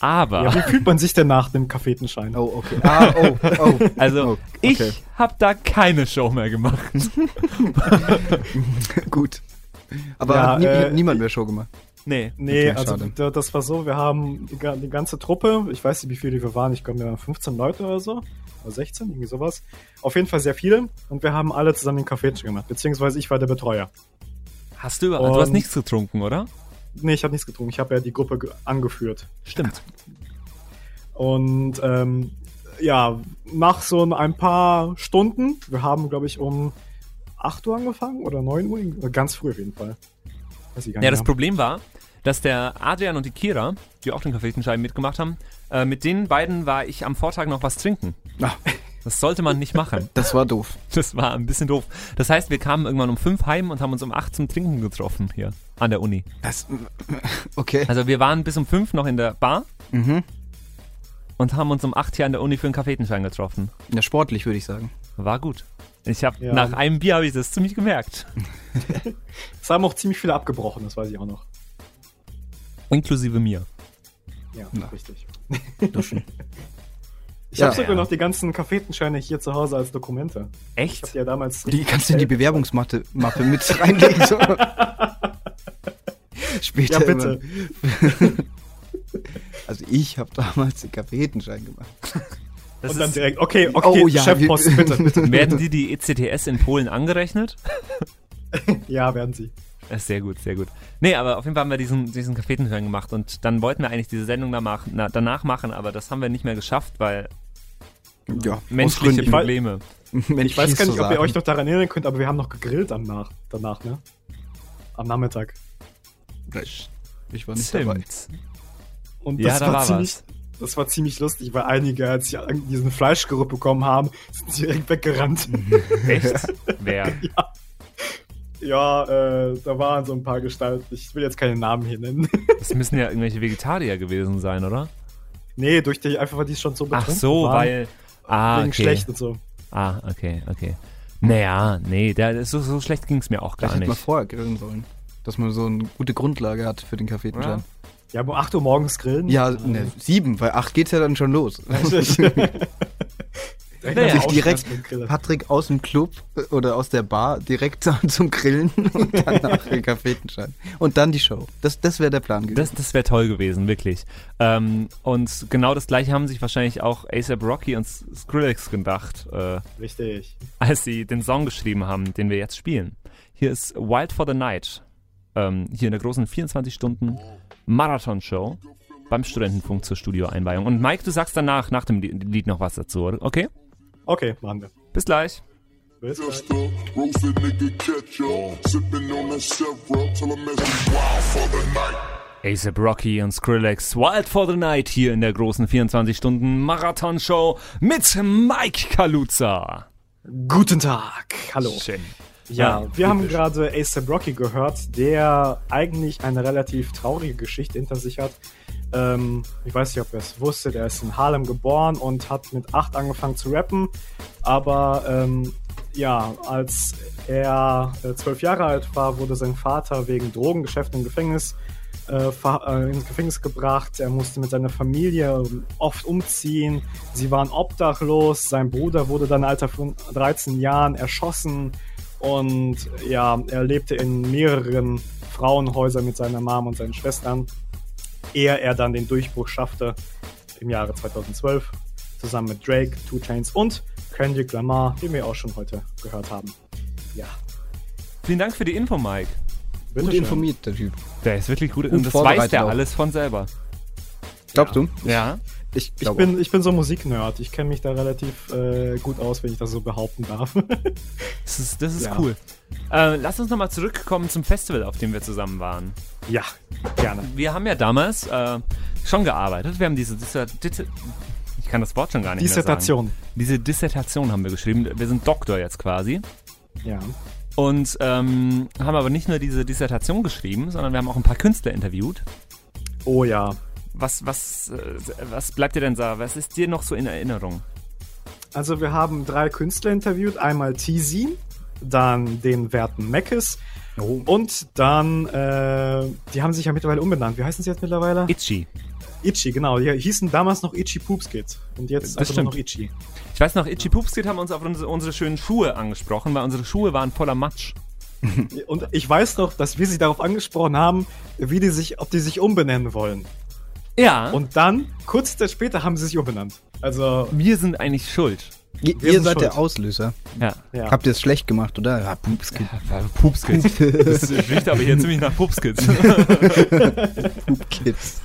Speaker 2: Aber,
Speaker 4: Ja, wie fühlt man sich denn nach dem Kaffetenschein?
Speaker 3: Oh, okay. Ah, oh, oh. *laughs*
Speaker 2: also
Speaker 3: Oh, okay.
Speaker 2: ich habe da keine Show mehr gemacht.
Speaker 3: Gut. Aber
Speaker 4: Ja,
Speaker 3: hat nie,
Speaker 4: äh,
Speaker 3: hat niemand mehr Show gemacht.
Speaker 2: Nee.
Speaker 3: Okay,
Speaker 4: Nee, also
Speaker 3: schade.
Speaker 4: d- das war so, wir haben die, ga- die ganze Truppe, ich weiß nicht, wie viele wir waren, ich glaube, wir waren 15 Leute oder so, oder 16, irgendwie sowas. Auf jeden Fall sehr viele und wir haben alle zusammen den Kaffeetisch gemacht, beziehungsweise ich war der Betreuer.
Speaker 2: Hast du überall, du hast
Speaker 4: Und-
Speaker 2: nichts getrunken, oder?
Speaker 4: Nee, ich habe nichts getrunken, ich habe ja die Gruppe ge- angeführt.
Speaker 2: Stimmt.
Speaker 4: Und ähm, ja, nach so ein paar Stunden, wir haben, glaube ich, um 8 Uhr angefangen oder 9 Uhr, irgendwie- ganz früh auf jeden Fall. Weiß ich gar
Speaker 2: Ja, das
Speaker 4: mehr.
Speaker 2: Problem war, dass der Adrian und die Kira, die auch den Kaffeetenschein mitgemacht haben, äh, mit den beiden war ich am Vortag noch was trinken.
Speaker 3: Ah,
Speaker 2: Das sollte man nicht
Speaker 3: *laughs*
Speaker 2: machen.
Speaker 3: das war doof.
Speaker 2: Das war ein bisschen doof. Das heißt, wir kamen irgendwann um fünf heim und haben uns um acht zum Trinken getroffen hier an der Uni.
Speaker 3: Das. *laughs* Okay.
Speaker 2: Also wir waren bis um fünf noch in der Bar
Speaker 3: Mhm.
Speaker 2: und haben uns um acht hier an der Uni für einen Kaffeetenschein getroffen.
Speaker 3: Ja, sportlich würde ich sagen.
Speaker 2: War gut. Ich habe
Speaker 4: Ja.
Speaker 2: nach einem Bier habe ich das ziemlich gemerkt,
Speaker 4: Es haben auch ziemlich viele abgebrochen, das weiß ich auch noch.
Speaker 2: inklusive mir.
Speaker 4: Ja, richtig. Ich
Speaker 3: Ja.
Speaker 4: habe sogar noch die ganzen Kaffeetenscheine hier zu Hause als Dokumente. Ich habe
Speaker 2: Echt?
Speaker 4: ja damals.
Speaker 3: Die kannst du in die Bewerbungsmappe Mappe mit *laughs* reinlegen. So. Später.
Speaker 4: Ja, bitte.
Speaker 3: immer. *laughs* Also ich habe damals den Kaffeetenschein gemacht. Oh,
Speaker 2: Das
Speaker 4: und dann
Speaker 2: ist, Oh,
Speaker 4: direkt, okay, okay, Chefpost,
Speaker 3: wir-
Speaker 4: bitte,
Speaker 2: *laughs*
Speaker 4: bitte.
Speaker 2: werden die die E ECTS in Polen angerechnet?
Speaker 4: Ja, werden sie.
Speaker 2: Das ist Sehr gut, sehr gut. Nee, aber auf jeden Fall haben wir diesen, diesen Kaffeetenschein gemacht und dann wollten wir eigentlich diese Sendung danach, na, danach machen, aber das haben wir nicht mehr geschafft, weil
Speaker 3: *laughs* ja,
Speaker 2: menschliche
Speaker 4: Gründen.
Speaker 2: Probleme.
Speaker 4: Ich weiß gar nicht, ob ihr euch noch daran erinnern könnt, aber wir haben noch gegrillt am nach, danach, ne? Am Nachmittag.
Speaker 3: Ich war nicht dabei.
Speaker 4: Und
Speaker 2: Ja,
Speaker 4: das
Speaker 2: da
Speaker 4: war,
Speaker 2: war
Speaker 4: ziemlich,
Speaker 2: was.
Speaker 4: das war ziemlich lustig, weil einige, als sie an- diesen Fleischgeruch bekommen haben, sind direkt weggerannt.
Speaker 2: Mhm. Echt? Wer?
Speaker 4: *laughs* Ja, äh, da waren so ein paar Gestalten. Ich will jetzt keine Namen hier nennen. *laughs*
Speaker 2: Das müssen ja irgendwelche Vegetarier gewesen sein, oder?
Speaker 4: nee, durch die, einfach weil die schon so
Speaker 2: Ach
Speaker 4: betrunken
Speaker 2: so,
Speaker 4: waren.
Speaker 2: weil. Ah,
Speaker 4: wegen
Speaker 2: okay.
Speaker 4: schlecht und so.
Speaker 2: Ah, okay, okay. Naja, nee, da, so, so schlecht ging es mir auch
Speaker 3: Vielleicht
Speaker 2: gar
Speaker 3: hätte man
Speaker 2: nicht.
Speaker 3: vorher grillen sollen. Dass man so eine gute Grundlage hat für den Kaffeetenschein.
Speaker 4: Ja, um 8 Uhr morgens grillen.
Speaker 3: Ja, ne, sieben, weil acht geht's ja dann schon los.
Speaker 2: Ja,
Speaker 3: Sich
Speaker 2: auch
Speaker 3: direkt Patrick aus dem Club äh, oder aus der Bar direkt *laughs* zum Grillen und danach den Kaffeetenschein. Und dann die Show. Das, das wäre der Plan gewesen.
Speaker 2: Das, das wäre toll gewesen, wirklich. Ähm, und genau das gleiche haben sich wahrscheinlich auch ASAP Rocky und Skrillex gedacht. Äh,
Speaker 4: Richtig.
Speaker 2: als sie den Song geschrieben haben, den wir jetzt spielen. Hier ist Wild for the Night. Ähm, hier in der großen 24-Stunden-Marathon-Show beim Studentenfunk zur Studioeinweihung. Und Mike, du sagst danach, nach dem Li- Lied noch was dazu, oder? Okay?
Speaker 4: Okay, machen wir.
Speaker 2: Bis gleich.
Speaker 4: Bis gleich.
Speaker 6: Just a roasted nigga ketchup, sipping on that Chevrolet till I'm messing wild for the night.
Speaker 2: ASAP Rocky und Skrillex Wild for the Night hier in der großen 24-Stunden-Marathon-Show mit Mike Kaluza.
Speaker 4: Guten Tag. Hallo.
Speaker 2: Schön.
Speaker 4: Ja,
Speaker 2: Ja,
Speaker 4: wir haben gerade ASAP Rocky gehört, der eigentlich eine relativ traurige Geschichte hinter sich hat. Ähm, ich weiß nicht, ob ihr es wusstet, er ist in Harlem geboren und hat mit acht angefangen zu rappen. Aber ähm, ja, als er äh, zwölf Jahre alt war, wurde sein Vater wegen Drogengeschäften im Gefängnis äh, ver- äh, ins Gefängnis gebracht. Er musste mit seiner Familie ähm, oft umziehen. Sie waren obdachlos. Sein Bruder wurde dann im Alter von 13 Jahren erschossen. Und ja, er lebte in mehreren Frauenhäusern mit seiner Mom und seinen Schwestern, ehe er dann den Durchbruch schaffte im Jahre 2012 zusammen mit Drake, Two Chains und Kendrick Lamar, den wir auch schon heute gehört haben. Ja,
Speaker 2: Vielen Dank für die Info, Mike.
Speaker 3: Gut
Speaker 4: schön.
Speaker 3: informiert, der Typ.
Speaker 2: Der ist wirklich gut.
Speaker 3: Gut
Speaker 2: Und das weiß
Speaker 3: vorbereitet
Speaker 2: der
Speaker 3: auch.
Speaker 2: alles von selber.
Speaker 3: Glaubst du?
Speaker 2: Ja.
Speaker 3: Ich,
Speaker 4: Ich bin, ich bin so ein Musiknerd. Ich kenne mich da relativ äh, gut aus, wenn ich das so behaupten darf. *laughs*
Speaker 2: Das ist, das ist
Speaker 4: Ja.
Speaker 2: cool. Äh, lass uns nochmal zurückkommen zum Festival, auf dem wir zusammen waren.
Speaker 4: ja, gerne.
Speaker 2: Wir haben ja damals äh, schon gearbeitet. Wir haben diese Dissert Ditte- ich kann das Wort schon gar nicht
Speaker 4: Dissertation.
Speaker 2: mehr sagen. Diese Dissertation haben wir geschrieben. Wir sind Doktor jetzt quasi.
Speaker 4: Ja.
Speaker 2: Und ähm, haben aber nicht nur diese Dissertation geschrieben, sondern wir haben auch ein paar Künstler interviewt.
Speaker 4: Oh ja.
Speaker 2: Was, was, äh, was bleibt dir denn da? Was ist dir noch so in Erinnerung?
Speaker 4: Also wir haben drei Künstler interviewt. Einmal Tizi, dann den werten Meckes
Speaker 3: Oh.
Speaker 4: und dann, äh, die haben sich ja mittlerweile umbenannt. Wie heißen sie jetzt mittlerweile?
Speaker 2: Itchy.
Speaker 4: Itchy, genau. Die hießen damals noch Itchy Poops Kids. Und jetzt
Speaker 2: Das
Speaker 4: einfach nur
Speaker 2: stimmt.
Speaker 4: noch Itchy.
Speaker 2: Ich weiß noch, Itchy Poopskid haben uns auf unsere, unsere schönen Schuhe angesprochen, weil unsere Schuhe waren voller Matsch.
Speaker 4: Und ich weiß noch, dass wir sie darauf angesprochen haben, wie die sich, ob die sich umbenennen wollen.
Speaker 2: Ja. Und
Speaker 4: Und dann, kurz Zeit später, haben sie sich umbenannt. Also,
Speaker 2: wir sind eigentlich schuld.
Speaker 3: Ihr,
Speaker 4: Wir
Speaker 3: ihr
Speaker 4: sind
Speaker 3: seid
Speaker 4: schuld.
Speaker 3: der Auslöser.
Speaker 2: Ja.
Speaker 4: ja.
Speaker 3: Habt ihr es schlecht gemacht, oder? Ja, Pupskid.
Speaker 2: Poopskids. Das riecht aber hier ziemlich nach Poopskids.
Speaker 3: Kids.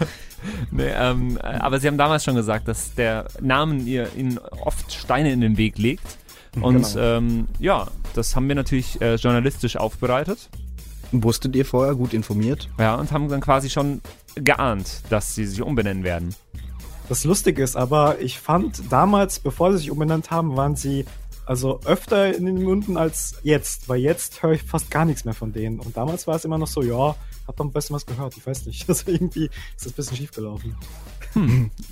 Speaker 2: Nee, ähm, äh, aber sie haben damals schon gesagt, dass der Name ihr ihnen oft Steine in den Weg legt. Und ähm, ja, das haben wir natürlich äh, journalistisch aufbereitet.
Speaker 3: Wusstet ihr vorher gut informiert?
Speaker 2: Ja, und haben dann quasi schon geahnt, dass sie sich umbenennen werden.
Speaker 4: Das Lustige ist aber, ich fand damals, bevor sie sich umbenannt haben, waren sie also öfter in den Münden als jetzt, weil jetzt höre ich fast gar nichts mehr von denen. Und damals war es immer noch so, ja, hab am besten was gehört, ich weiß nicht. *laughs* Also irgendwie ist das ein bisschen schief gelaufen.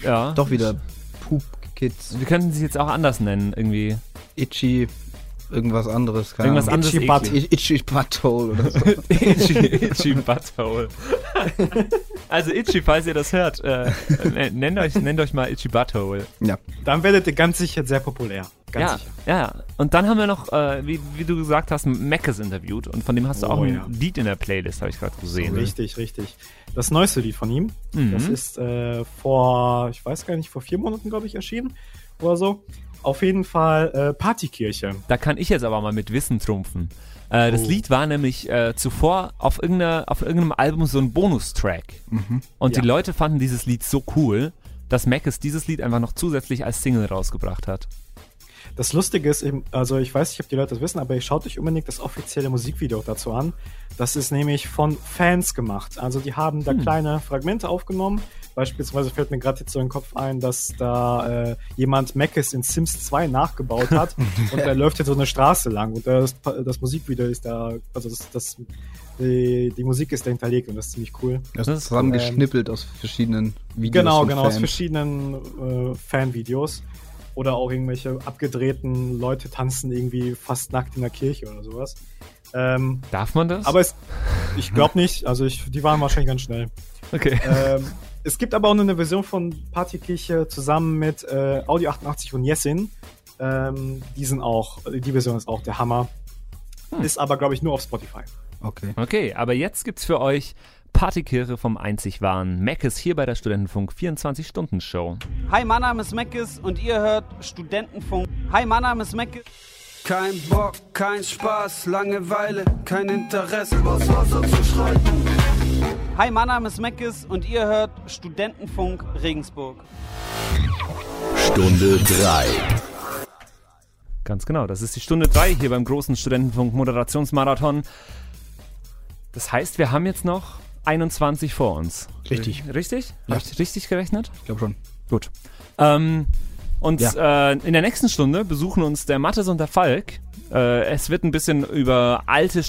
Speaker 2: Ja.
Speaker 3: Doch wieder Pupkids,
Speaker 2: Wir könnten sie jetzt auch anders nennen, irgendwie.
Speaker 3: Itchy, irgendwas anderes. keine
Speaker 2: Irgendwas
Speaker 3: Ahnung.
Speaker 2: anderes.
Speaker 4: Itchy Butt.
Speaker 2: eklig.
Speaker 3: I- Ähm, Itchy Butthole
Speaker 4: *laughs*
Speaker 3: oder so.
Speaker 2: itchy, *laughs* itchy Butthole. *laughs* also Itchy, falls ihr das hört, äh, n- nennt, euch, nennt euch mal Itchy Butthole.
Speaker 3: ja.
Speaker 4: Dann werdet ihr ganz sicher sehr populär. Ganz
Speaker 2: ja,
Speaker 4: sicher.
Speaker 2: ja. Und dann haben wir noch, äh, wie, wie du gesagt hast, Meckes interviewt und von dem hast du auch
Speaker 4: Oh,
Speaker 2: ein
Speaker 4: ja.
Speaker 2: Lied in der Playlist, habe ich gerade gesehen.
Speaker 4: Richtig, richtig. Das neueste Lied von ihm, das ist äh, vor, ich weiß gar nicht, vor vier Monaten, glaube ich, erschienen oder so. Auf jeden Fall äh, Partykirche.
Speaker 2: Da kann ich jetzt aber mal mit Wissen trumpfen. Äh, das
Speaker 4: Oh.
Speaker 2: Lied war nämlich äh, zuvor auf, irgendeiner, auf irgendeinem Album so ein Bonustrack. Und
Speaker 4: Ja.
Speaker 2: die Leute fanden dieses Lied so cool, dass Meckes dieses Lied einfach noch zusätzlich als Single rausgebracht hat.
Speaker 4: Das Lustige ist eben, also ich weiß nicht, ob die Leute das wissen, aber ihr schaut euch unbedingt das offizielle Musikvideo dazu an. Das ist nämlich von Fans gemacht. Also die haben da kleine Fragmente aufgenommen. Beispielsweise fällt mir gerade jetzt so in den Kopf ein, dass da äh, jemand Mackes in Sims 2 nachgebaut hat und er läuft jetzt so eine Straße lang und das, das Musikvideo ist da, also das, das, die, die Musik ist da hinterlegt und das ist ziemlich cool.
Speaker 3: Das
Speaker 2: Das ist
Speaker 3: ist zusammengeschnippelt aus verschiedenen Videos.
Speaker 4: Genau,
Speaker 3: und
Speaker 4: genau, aus
Speaker 3: Fans.
Speaker 4: verschiedenen äh, Fanvideos. Oder auch irgendwelche abgedrehten Leute tanzen irgendwie fast nackt in der Kirche oder sowas. Ähm,
Speaker 2: Darf man das?
Speaker 4: aber es, ich glaube nicht, also ich, die waren wahrscheinlich ganz schnell.
Speaker 2: okay.
Speaker 3: *laughs*
Speaker 4: Ähm, es gibt aber auch noch eine Version von Partykirche zusammen mit äh, Audio 88 und Jessin. Ähm, die sind auch, die Version ist auch der Hammer.
Speaker 3: Hm.
Speaker 4: Ist aber, glaube ich, nur auf Spotify.
Speaker 3: Okay.
Speaker 2: Okay, aber jetzt gibt's für euch Partykirche vom einzig wahren Meckes hier bei der Studentenfunk 24-Stunden-Show.
Speaker 7: Hi, mein Name ist Meckes und ihr hört Studentenfunk. Hi, mein Name ist Meckes.
Speaker 8: Kein Bock, kein Spaß, Langeweile, kein Interesse.
Speaker 7: Hi, mein Name ist Meckes und ihr hört Studentenfunk Regensburg.
Speaker 1: Stunde 3.
Speaker 2: Ganz genau, das ist die Stunde 3 hier beim großen Studentenfunk Moderationsmarathon. Das heißt, wir haben jetzt noch 21 vor uns.
Speaker 3: Richtig.
Speaker 2: Richtig? Hab ich richtig gerechnet?
Speaker 3: Ich glaube schon.
Speaker 2: Gut. Ähm, und äh, in der nächsten Stunde besuchen uns der Mattes und der Falk. Äh, es wird ein bisschen über alte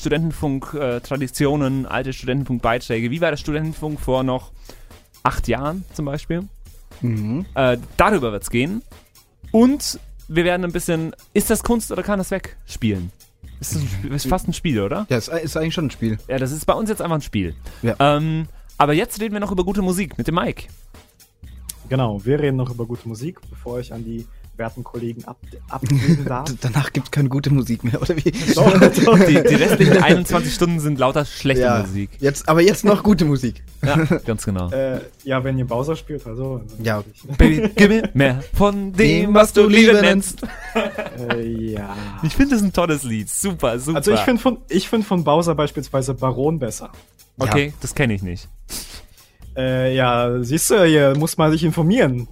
Speaker 2: Studentenfunk-Traditionen, alte Studentenfunk-Beiträge. Wie war der Studentenfunk vor noch acht Jahren zum Beispiel?
Speaker 3: Mhm.
Speaker 2: Äh, darüber wird es gehen. Und wir werden ein bisschen Ist das Kunst oder kann das weg? spielen. Ist, das ein, Sp- ist fast ein Spiel, oder?
Speaker 3: Ja, es ist eigentlich schon ein Spiel.
Speaker 2: Ja, das ist bei uns jetzt einfach ein Spiel.
Speaker 3: Ja.
Speaker 2: Ähm, aber jetzt reden wir noch über gute Musik mit dem Mike.
Speaker 4: Genau, wir reden noch über gute Musik, bevor ich an die werten Kollegen ab, abgeben
Speaker 3: *laughs*
Speaker 4: darf.
Speaker 3: D- Danach gibt es keine gute Musik mehr, oder wie?
Speaker 4: Doch, doch.
Speaker 2: Die, *laughs* die restlichen 21 Stunden sind lauter schlechte Musik.
Speaker 3: Jetzt, aber jetzt noch gute Musik.
Speaker 2: Ja, ganz genau.
Speaker 4: Äh, ja, wenn ihr Bowser spielt, also. also
Speaker 3: Ja.
Speaker 2: Baby, gib mir mehr von dem, was du Liebe nennst. *laughs*
Speaker 4: Äh, ja.
Speaker 2: Ich finde das ein tolles Lied. Super, super.
Speaker 4: Also ich finde von, ich find von Bowser beispielsweise Baron besser.
Speaker 2: Okay, das kenne ich nicht.
Speaker 4: Äh, ja, siehst du, hier muss man sich informieren.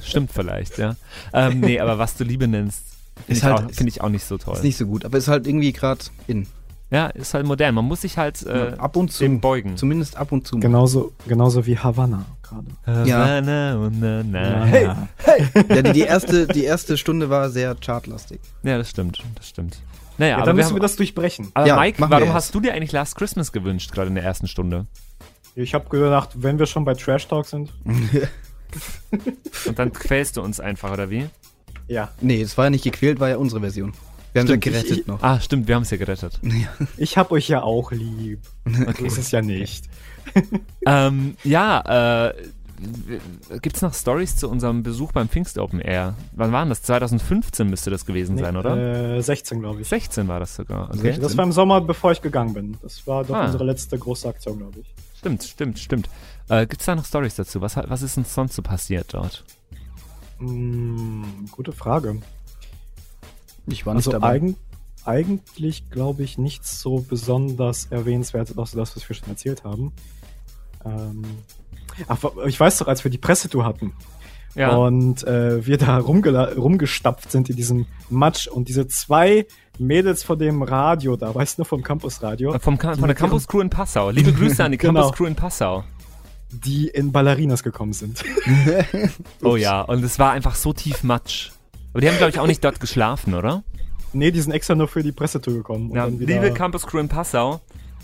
Speaker 4: *laughs*
Speaker 2: Stimmt vielleicht, ja. Ähm, nee, aber was du Liebe nennst, finde
Speaker 3: Ist
Speaker 2: ich,
Speaker 3: halt-
Speaker 2: auch- find ich auch nicht so toll.
Speaker 3: Ist nicht so gut, aber ist halt irgendwie gerade in.
Speaker 2: ja, ist halt modern. Man muss sich halt äh,
Speaker 3: ab und zu.
Speaker 2: dem beugen.
Speaker 3: Zumindest ab und zu.
Speaker 4: genauso, genauso wie Havanna gerade.
Speaker 2: Na, na, na, na.
Speaker 4: Äh, Hey.
Speaker 3: Ja, die, die, erste, die erste Stunde war sehr chartlastig.
Speaker 2: Ja, das stimmt, das stimmt. Naja,
Speaker 4: Ja,
Speaker 2: aber,
Speaker 4: dann
Speaker 2: wir
Speaker 4: müssen
Speaker 2: haben,
Speaker 4: wir das durchbrechen.
Speaker 2: aber
Speaker 3: Ja,
Speaker 2: Mike,
Speaker 3: machen wir
Speaker 2: warum
Speaker 3: jetzt.
Speaker 2: hast du dir eigentlich Last Christmas gewünscht, gerade in der ersten Stunde?
Speaker 4: Ich habe gedacht, wenn wir schon bei Trash Talk sind.
Speaker 2: Und dann quälst du uns einfach, oder wie?
Speaker 4: Ja.
Speaker 3: Nee, es war ja nicht gequält, war ja unsere Version. Wir haben sie
Speaker 4: Stimmt, ich-
Speaker 3: gerettet
Speaker 4: ich-
Speaker 3: noch.
Speaker 2: Ah, stimmt, wir haben es ja
Speaker 3: *laughs*
Speaker 2: gerettet.
Speaker 4: Ich hab euch ja
Speaker 2: *laughs*
Speaker 4: auch lieb. So ist es ja nicht.
Speaker 2: ähm, ja, äh, gibt es noch Stories zu unserem Besuch beim Pfingst Open Air? Wann waren das? 2015 müsste das gewesen sein, oder?
Speaker 4: Äh, 16, glaube ich.
Speaker 2: 16 war das sogar. Also Okay.
Speaker 4: Das war im Sommer, bevor ich gegangen bin. Das war doch
Speaker 2: Ah.
Speaker 4: unsere letzte große Aktion, glaube ich.
Speaker 2: Stimmt, stimmt, stimmt. Äh, gibt es da noch Stories dazu? Was, hat- was ist denn sonst so passiert dort?
Speaker 4: Hm, gute Frage.
Speaker 3: Ich war nicht
Speaker 4: Also
Speaker 3: dabei.
Speaker 4: eigen, eigentlich glaube ich nichts so besonders erwähnenswertes, außer das, was wir schon erzählt haben. Ähm, ach, ich weiß doch, als wir die Pressetour hatten und äh, wir da rumgela- rumgestapft sind in diesem Matsch und diese zwei Mädels vor dem Radio da, weißt du, vom Campusradio,
Speaker 2: Äh, Vom, Cam- von der Campus Crew in Passau.
Speaker 4: *laughs*
Speaker 2: Liebe Grüße an die
Speaker 4: Genau.
Speaker 2: Campus Crew in Passau.
Speaker 4: die in Ballerinas gekommen sind. *laughs*
Speaker 2: Oh ja, und es war einfach so tief Matsch. Aber die haben, glaube ich, auch nicht dort geschlafen, oder?
Speaker 4: nee, die sind extra nur für die Pressetour gekommen. und
Speaker 2: Ja,
Speaker 4: dann wieder-
Speaker 2: liebe Campus Crew in Passau,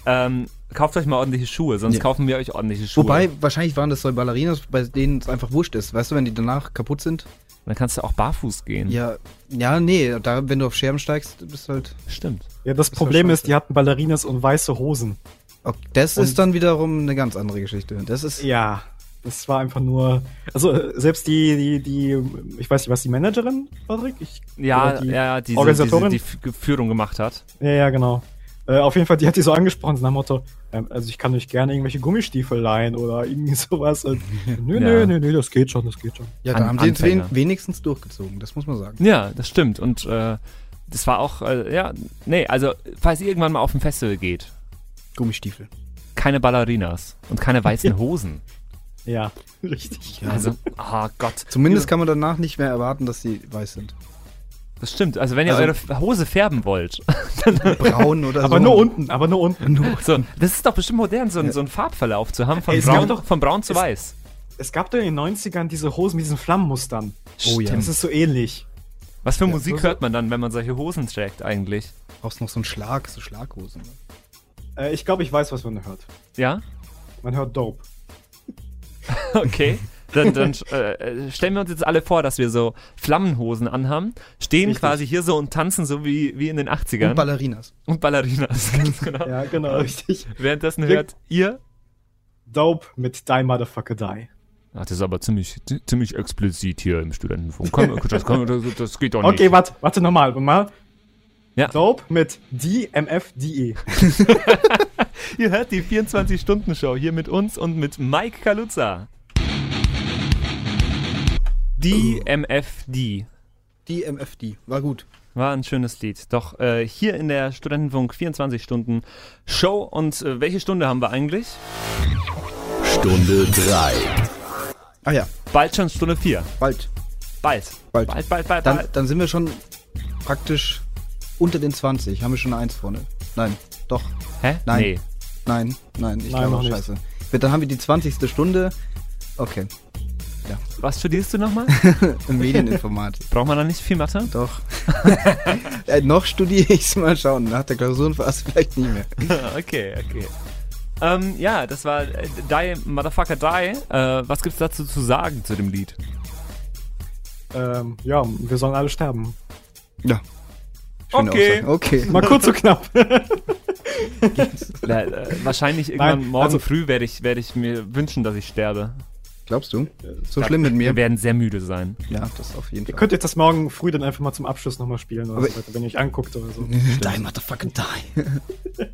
Speaker 2: ähm, kauft euch mal ordentliche Schuhe, sonst
Speaker 3: Ja.
Speaker 2: kaufen wir euch ordentliche Schuhe.
Speaker 3: Wobei, wahrscheinlich waren das so Ballerinas, bei denen es einfach wurscht ist. Weißt du, wenn die danach kaputt sind?
Speaker 2: Dann kannst du auch barfuß gehen.
Speaker 3: Ja, ja, nee, da, wenn du auf Scherben steigst, bist du halt.
Speaker 2: Stimmt.
Speaker 4: ja, das
Speaker 3: war
Speaker 4: Problem ist,
Speaker 3: scheiße.
Speaker 4: die hatten Ballerinas und weiße Hosen.
Speaker 3: Okay, das
Speaker 4: Und-
Speaker 3: ist dann wiederum eine ganz andere Geschichte. Das ist.
Speaker 4: Ja, das war einfach nur. Also äh, selbst die, die, die, ich weiß nicht, was die Managerin, Patrick? Ich,
Speaker 2: Ja,
Speaker 4: oder die,
Speaker 2: ja, ja, diese, diese,
Speaker 4: Organisatorin?
Speaker 2: die F- Führung gemacht hat.
Speaker 4: ja, ja, genau. Äh, auf jeden Fall, die hat die so angesprochen, so nach dem Motto, ähm, also ich kann euch gerne irgendwelche Gummistiefel leihen oder irgendwie sowas. *laughs* Und, nö,
Speaker 2: Ja.
Speaker 4: nö, nö, nö, das geht schon, das geht schon.
Speaker 3: Ja,
Speaker 2: An-
Speaker 3: da haben sie es wen,
Speaker 2: Anfänger.
Speaker 3: wenigstens durchgezogen, das muss man sagen.
Speaker 2: Ja, das stimmt. Und äh, das war auch, äh, ja, nee, also, falls ihr irgendwann mal auf ein Festival geht,
Speaker 3: Gummistiefel.
Speaker 2: keine Ballerinas und keine *laughs* weißen Hosen.
Speaker 4: Ja, richtig.
Speaker 2: Also, ah Gott.
Speaker 3: Zumindest kann man danach nicht mehr erwarten, dass sie weiß sind. *laughs*
Speaker 2: Das stimmt. Also, wenn ihr
Speaker 3: Also-
Speaker 2: eure F- Hose färben wollt,
Speaker 3: Braun oder so.
Speaker 4: Aber nur unten, aber nur unten.
Speaker 2: so, das ist doch bestimmt modern, so, ein- so einen Farbverlauf zu haben, von,
Speaker 4: Ey, es
Speaker 2: braun,
Speaker 4: gab doch-
Speaker 2: von braun zu
Speaker 4: es-
Speaker 2: weiß.
Speaker 4: Es gab doch in den 90ern diese Hosen mit diesen Flammenmustern.
Speaker 3: Oh ja.
Speaker 4: Das ist so ähnlich.
Speaker 2: Was für Musik
Speaker 3: so-
Speaker 2: hört man dann, wenn man solche Hosen trägt eigentlich?
Speaker 3: Brauchst noch so einen Schlag, so Schlaghosen.
Speaker 4: Äh, ich glaube, ich weiß, was man hört.
Speaker 2: Ja?
Speaker 4: Man hört Dope.
Speaker 2: *laughs* Okay. Dann, dann äh, äh, stellen wir uns jetzt alle vor, dass wir so Flammenhosen anhaben, stehen
Speaker 4: Richtig.
Speaker 2: quasi hier so und tanzen so wie, wie in den 80ern.
Speaker 3: Und Ballerinas.
Speaker 2: Und Ballerinas, *laughs* ganz genau.
Speaker 4: Ja, genau, richtig.
Speaker 2: Währenddessen
Speaker 4: Wir-
Speaker 2: hört ihr.
Speaker 4: Dope mit Die Motherfucker Die.
Speaker 2: Ach, das ist aber ziemlich, ziemlich explizit hier im Studentenfunk. Komm, das, das, das geht doch
Speaker 4: Okay, warte, warte nochmal. Mal.
Speaker 2: Ja.
Speaker 4: Dope mit DMFDE.
Speaker 2: Ihr hört die 24-Stunden-Show hier mit uns und mit Mike Kaluza. Die MFD.
Speaker 3: Die MFD, war gut.
Speaker 2: War ein schönes Lied. Doch äh, hier in der Studentenfunk 24 Stunden Show. Und äh, welche Stunde haben wir eigentlich?
Speaker 1: Stunde 3.
Speaker 3: Ah ja,
Speaker 2: Bald schon Stunde 4.
Speaker 3: bald.
Speaker 2: Bald.
Speaker 3: Bald.
Speaker 2: Bald, bald, bald.
Speaker 3: Dann,
Speaker 2: bald.
Speaker 3: dann sind wir schon praktisch unter den 20. Haben wir schon eine 1 vorne? Nein, doch.
Speaker 2: Hä?
Speaker 3: Nein.
Speaker 2: Nee.
Speaker 3: Nein, nein, ich
Speaker 4: Nein,
Speaker 3: glaube
Speaker 4: noch nicht.
Speaker 3: scheiße. Wird- Dann haben wir die 20. Stunde. Okay,
Speaker 2: Was studierst du
Speaker 3: *laughs*
Speaker 2: nochmal?
Speaker 3: Medieninformatik.
Speaker 2: Braucht man da nicht viel Mathe?
Speaker 3: *laughs* doch. *laughs* äh, noch studiere ich mal schauen. Nach der Klausurenphase vielleicht nie mehr.
Speaker 2: okay, okay. Ähm, ja, das war äh, Die Motherfucker Die. Äh, was gibt's dazu zu sagen zu dem Lied?
Speaker 4: ähm, ja, wir sollen alle sterben.
Speaker 3: Ja. Schöne
Speaker 2: Okay.
Speaker 3: Aussage. Okay.
Speaker 4: Mal kurz und knapp.
Speaker 2: Na, äh, wahrscheinlich irgendwann
Speaker 4: Nein,
Speaker 2: morgen
Speaker 4: also-
Speaker 2: früh werde ich, werd ich mir wünschen, dass ich sterbe.
Speaker 3: Glaubst du? So schlimm mit mir?
Speaker 2: Wir werden sehr müde sein.
Speaker 3: Ja, das auf jeden
Speaker 4: Ihr
Speaker 3: Fall.
Speaker 4: könnt jetzt das morgen früh dann einfach mal zum Abschluss nochmal spielen, oder
Speaker 3: Aber-
Speaker 4: so weiter, wenn ihr euch anguckt oder so.
Speaker 3: Die motherfucking *laughs* die.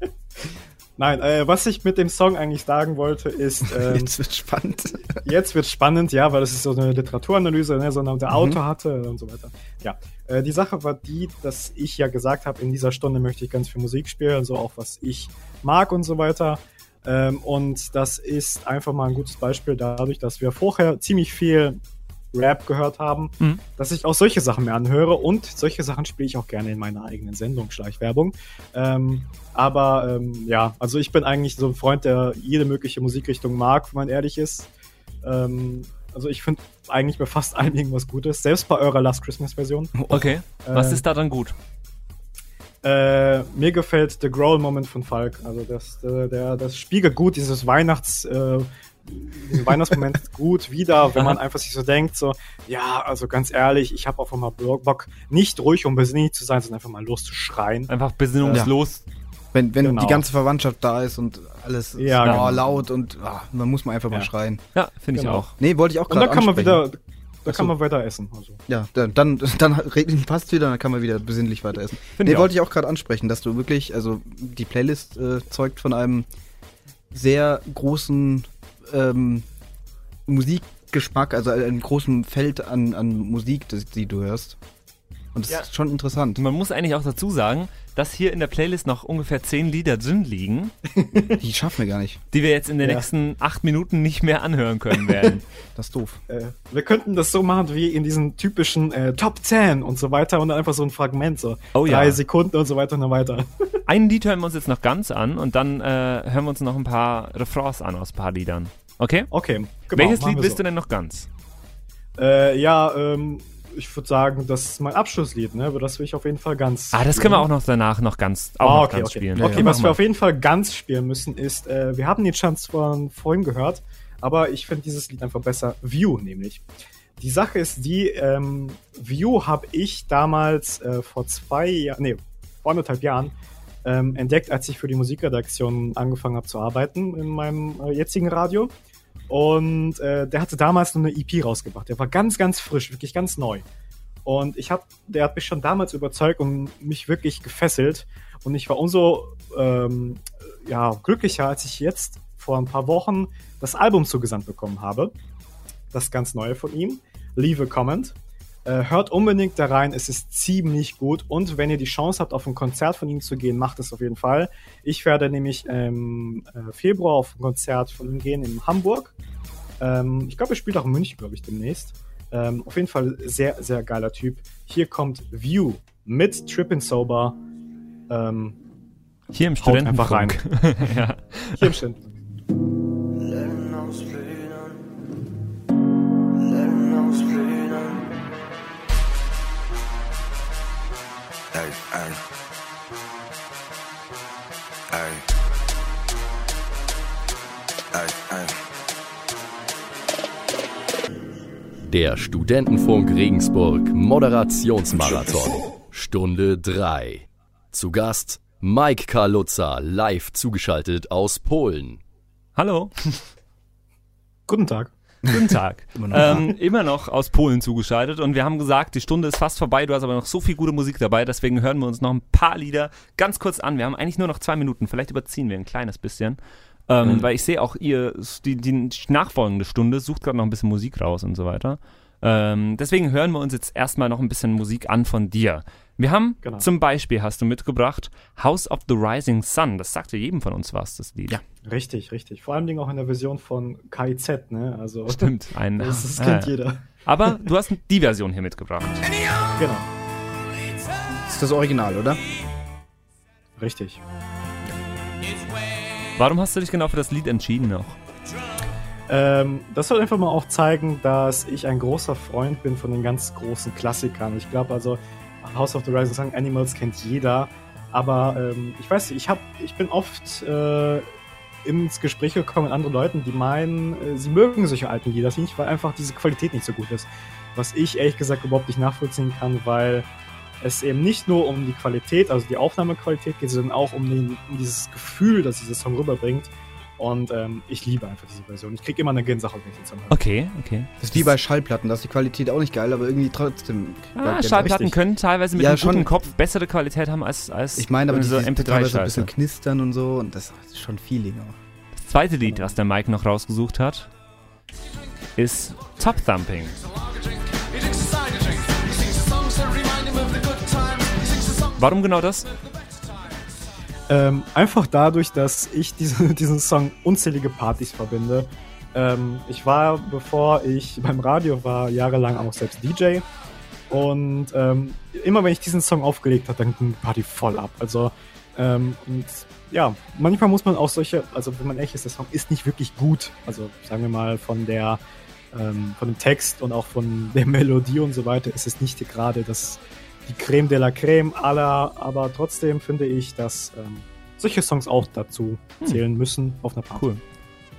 Speaker 4: Nein, äh, was ich mit dem Song eigentlich sagen wollte, ist, ähm,
Speaker 3: Äh, Jetzt wird's
Speaker 4: *laughs*
Speaker 3: spannend.
Speaker 4: jetzt wird spannend, ja, weil das ist so eine Literaturanalyse, ne, sondern der Autor hatte und so weiter. Ja, äh, die Sache war die, dass ich ja gesagt habe, in dieser Stunde möchte ich ganz viel Musik spielen, so auch was ich mag und so weiter. Ähm, und das ist einfach mal ein gutes Beispiel dadurch, dass wir vorher ziemlich viel Rap gehört haben,
Speaker 2: Mhm.
Speaker 4: dass ich auch solche Sachen mehr anhöre und solche Sachen spiele ich auch gerne in meiner eigenen Sendung, Schleichwerbung. Ähm, aber ähm, ja, also ich bin eigentlich so ein Freund, der jede mögliche Musikrichtung mag, wenn man ehrlich ist. Ähm, also ich finde eigentlich bei fast
Speaker 2: Äh,
Speaker 4: allem irgendwas Gutes, selbst bei eurer Last Christmas Version.
Speaker 2: Okay. Was
Speaker 4: Äh,
Speaker 2: ist da dann gut?
Speaker 4: Äh, mir gefällt der Growl-Moment von Falk. Also das, äh, der, das spiegelt gut dieses Weihnachts, äh,
Speaker 3: *laughs*
Speaker 4: diesen Weihnachtsmoment gut wieder, wenn man einfach sich so denkt, so, ja, also ganz ehrlich, ich habe auch mal Bock, nicht ruhig und besinnlich zu sein, sondern einfach mal loszuschreien.
Speaker 3: Äh,
Speaker 2: Einfach besinnungslos.
Speaker 3: Ja. Wenn, wenn
Speaker 4: Genau.
Speaker 3: die ganze Verwandtschaft da ist und alles ist
Speaker 4: Ja,
Speaker 3: oh,
Speaker 4: genau.
Speaker 3: laut und ah, man muss mal einfach mal
Speaker 4: Ja.
Speaker 3: schreien.
Speaker 2: Ja, finde
Speaker 4: Genau.
Speaker 2: ich auch.
Speaker 3: Nee, wollte ich auch
Speaker 4: Und
Speaker 3: gerade
Speaker 4: da kann man
Speaker 3: ansprechen.
Speaker 4: wieder, da kann man weiter essen. Also.
Speaker 3: Ja, dann, dann, dann red- passt wieder, dann kann man wieder besinnlich weiter essen.
Speaker 2: Finde
Speaker 3: nee,
Speaker 2: ich
Speaker 3: wollte ich auch gerade ansprechen, dass du wirklich, also die Playlist äh, zeugt von einem sehr großen ähm, Musikgeschmack, also einem großen Feld an, an Musik, das, die du hörst. Und das
Speaker 2: Ja.
Speaker 3: ist schon interessant.
Speaker 2: Man muss eigentlich auch dazu sagen, dass hier in der Playlist noch ungefähr zehn Lieder drin liegen,
Speaker 3: Die schaffen wir gar nicht.
Speaker 2: die wir jetzt in den
Speaker 4: Ja.
Speaker 2: nächsten acht Minuten nicht mehr anhören können *laughs* werden.
Speaker 3: Das ist doof.
Speaker 4: Äh, wir könnten das so machen wie in diesen typischen äh, Top 10 und so weiter und dann einfach so ein Fragment, so
Speaker 2: Oh ja.
Speaker 4: drei Sekunden und so weiter und so weiter. *laughs*
Speaker 2: Ein Lied hören wir uns jetzt noch ganz an und dann äh, hören wir uns noch ein paar Refrains an aus ein paar Liedern. Okay?
Speaker 4: Okay, genau,
Speaker 2: Welches
Speaker 4: machen
Speaker 2: Lied
Speaker 4: wir
Speaker 2: bist
Speaker 4: so.
Speaker 2: du denn noch ganz?
Speaker 4: Äh, ja, ähm, ich würde sagen, das ist mein Abschlusslied, ne? Aber das will ich auf jeden Fall ganz.
Speaker 2: Ah, das können wir auch noch danach noch ganz, auch
Speaker 4: Ah,
Speaker 2: noch
Speaker 4: okay,
Speaker 2: ganz
Speaker 4: okay.
Speaker 2: spielen.
Speaker 4: okay,
Speaker 2: Ja,
Speaker 4: was
Speaker 2: machen
Speaker 4: wir auf jeden Fall ganz spielen müssen, ist, äh, wir haben den Chance von vorhin gehört, aber ich finde dieses Lied einfach besser. View nämlich. Die Sache ist die, ähm, View habe ich damals äh, vor zwei Jahren, nee, vor anderthalb Jahren ähm, entdeckt, als ich für die Musikredaktion angefangen habe zu arbeiten in meinem äh, jetzigen Radio. Und äh, der hatte damals nur eine EP rausgebracht. Der war ganz, ganz frisch, wirklich ganz neu. Und ich hab, der hat mich schon damals überzeugt und mich wirklich gefesselt. Und ich war umso ähm, ja, glücklicher, als ich jetzt vor ein paar Wochen das Album zugesandt bekommen habe. Das ganz neue von ihm. Leave a comment. Äh, hört unbedingt da rein, es ist ziemlich gut. Und wenn ihr die Chance habt, auf ein Konzert von ihm zu gehen, macht es auf jeden Fall. Ich werde nämlich im äh, Februar auf ein Konzert von ihm gehen in Hamburg. Ähm, ich glaube, er spielt auch in München, glaube ich, demnächst. Ähm, auf jeden Fall sehr, sehr geiler Typ. Hier kommt View mit Trippin' Sober. Ähm,
Speaker 2: wir. Hier im
Speaker 4: Haut einfach rein.
Speaker 2: Studentenfunk. ja.
Speaker 4: Hier im Stand.
Speaker 8: Lämmen aus Plänen, Lämmen aus Plänen.
Speaker 6: Ay, ay. Ay. Ay, ay.
Speaker 1: Der Studentenfunk Regensburg Moderationsmarathon. Stunde 3. Zu Gast Mike Karlutzer, live zugeschaltet aus Polen.
Speaker 2: Hallo,
Speaker 4: Guten Tag.
Speaker 2: guten Tag.
Speaker 3: Immer noch.
Speaker 2: ähm, immer noch aus Polen zugeschaltet und wir haben gesagt, die Stunde ist fast vorbei, du hast aber noch so viel gute Musik dabei, deswegen hören wir uns noch ein paar Lieder ganz kurz an. Wir haben eigentlich nur noch zwei Minuten, vielleicht überziehen wir ein kleines bisschen. Ähm, Weil ich sehe auch, ihr, die, die nachfolgende Stunde sucht gerade noch ein bisschen Musik raus und so weiter. Ähm, deswegen hören wir uns jetzt erstmal noch ein bisschen Musik an von dir. Wir haben
Speaker 4: Genau.
Speaker 2: zum Beispiel, hast du mitgebracht, House of the Rising Sun. Das sagte jedem von uns was, das Lied.
Speaker 3: Ja.
Speaker 4: Richtig, richtig. Vor allem auch in der Version von KIZ, ne? Also,
Speaker 2: Stimmt. *laughs* Ein,
Speaker 4: Das, das
Speaker 2: Ah,
Speaker 4: kennt
Speaker 2: ja.
Speaker 4: jeder.
Speaker 2: Aber du hast die Version hier mitgebracht.
Speaker 4: Genau.
Speaker 3: Das ist das Original, oder?
Speaker 4: Richtig.
Speaker 2: Warum hast du dich genau für das Lied entschieden noch?
Speaker 4: Ähm, das soll einfach mal auch zeigen, dass ich ein großer Freund bin von den ganz großen Klassikern. Ich glaube also, House of the Rising Sun, Animals kennt jeder. Aber ähm, ich weiß nicht, ich, hab, ich bin oft äh, ins Gespräch gekommen mit anderen Leuten, die meinen, äh, sie mögen solche alten Lieder nicht, weil einfach diese Qualität nicht so gut ist. Was ich ehrlich gesagt überhaupt nicht nachvollziehen kann, weil es eben nicht nur um die Qualität, also die Aufnahmequalität geht, sondern auch um, den, um dieses Gefühl, das dieser Song rüberbringt. Und ähm, ich liebe einfach diese Version. Ich kriege immer eine Gänsehaut, wenn ich den Song höre.
Speaker 2: Okay, okay.
Speaker 3: Das ist wie bei Schallplatten, da ist die Qualität auch nicht geil, aber irgendwie trotzdem.
Speaker 2: Ah,
Speaker 3: bleibt
Speaker 2: Schallplatten
Speaker 4: richtig.
Speaker 2: können teilweise mit
Speaker 3: genau, Ja,
Speaker 2: einem guten
Speaker 3: schon.
Speaker 2: Kopf bessere Qualität haben als, als
Speaker 3: Ich meine, aber
Speaker 2: so
Speaker 3: die, die teilweise
Speaker 2: MP3-Schallplatten.
Speaker 3: ein bisschen knistern und so und das ist schon Feeling auch.
Speaker 2: Das zweite Lied, was der Mike noch rausgesucht hat, ist Top Thumping. Warum genau das?
Speaker 4: Ähm, einfach dadurch, dass ich diese, *laughs* diesen Song unzählige Partys verbinde. Ähm, ich war, bevor ich beim Radio war, jahrelang auch selbst DJ. Und ähm, immer wenn ich diesen Song aufgelegt habe, dann ging die Party voll ab. Also, ähm, und ja, manchmal muss man auch solche, also wenn man ehrlich ist, der Song ist nicht wirklich gut. Also, sagen wir mal, von der *laughs* ähm, von dem Text und auch von der Melodie und so weiter ist es nicht gerade das die Creme de la Creme aller, aber trotzdem finde ich, dass ähm, solche Songs auch dazu zählen müssen auf einer Party.
Speaker 2: Cool.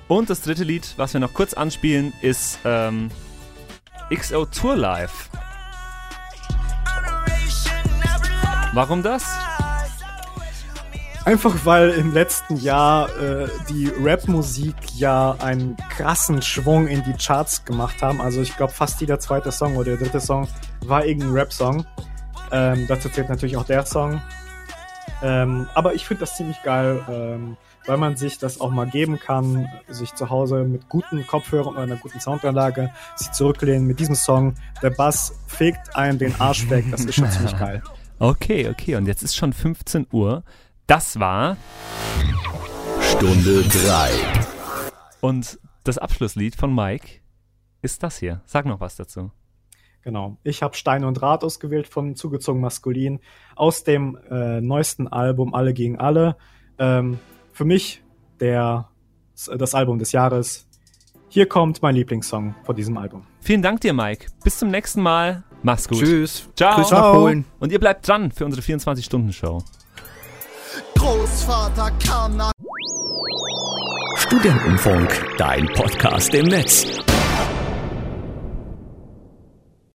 Speaker 2: Und das dritte Lied, was wir noch kurz anspielen, ist ähm, XO Tour Live. Warum das?
Speaker 4: Einfach weil im letzten Jahr äh, die Rap-Musik ja einen krassen Schwung in die Charts gemacht haben. Also ich glaube fast jeder zweite Song oder der dritte Song war irgendein Rap-Song. Ähm, dazu zählt natürlich auch der Song. Ähm, aber ich finde das ziemlich geil, ähm, weil man sich das auch mal geben kann, sich zu Hause mit guten Kopfhörern oder einer guten Soundanlage sich zurücklehnen mit diesem Song. Der Bass fegt einem den Arsch weg. Das ist schon ziemlich geil.
Speaker 2: Okay, okay. Und jetzt ist schon 15 Uhr. Das war
Speaker 1: Stunde 3.
Speaker 2: und das Abschlusslied von Mike ist das hier. Sag noch was dazu.
Speaker 4: Genau. Ich habe Stein und Rad ausgewählt von Zugezogen Maskulin aus dem äh, neuesten Album Alle gegen Alle. Ähm, für mich der, das Album des Jahres. Hier kommt mein Lieblingssong von diesem Album.
Speaker 2: Vielen Dank dir, Mike. Bis zum nächsten Mal. Mach's gut.
Speaker 3: Tschüss.
Speaker 2: Ciao.
Speaker 3: Grüß nach Polen.
Speaker 2: Und ihr bleibt dran für unsere 24-Stunden-Show.
Speaker 9: Großvater kam nach
Speaker 1: Studentenfunk, dein Podcast im Netz.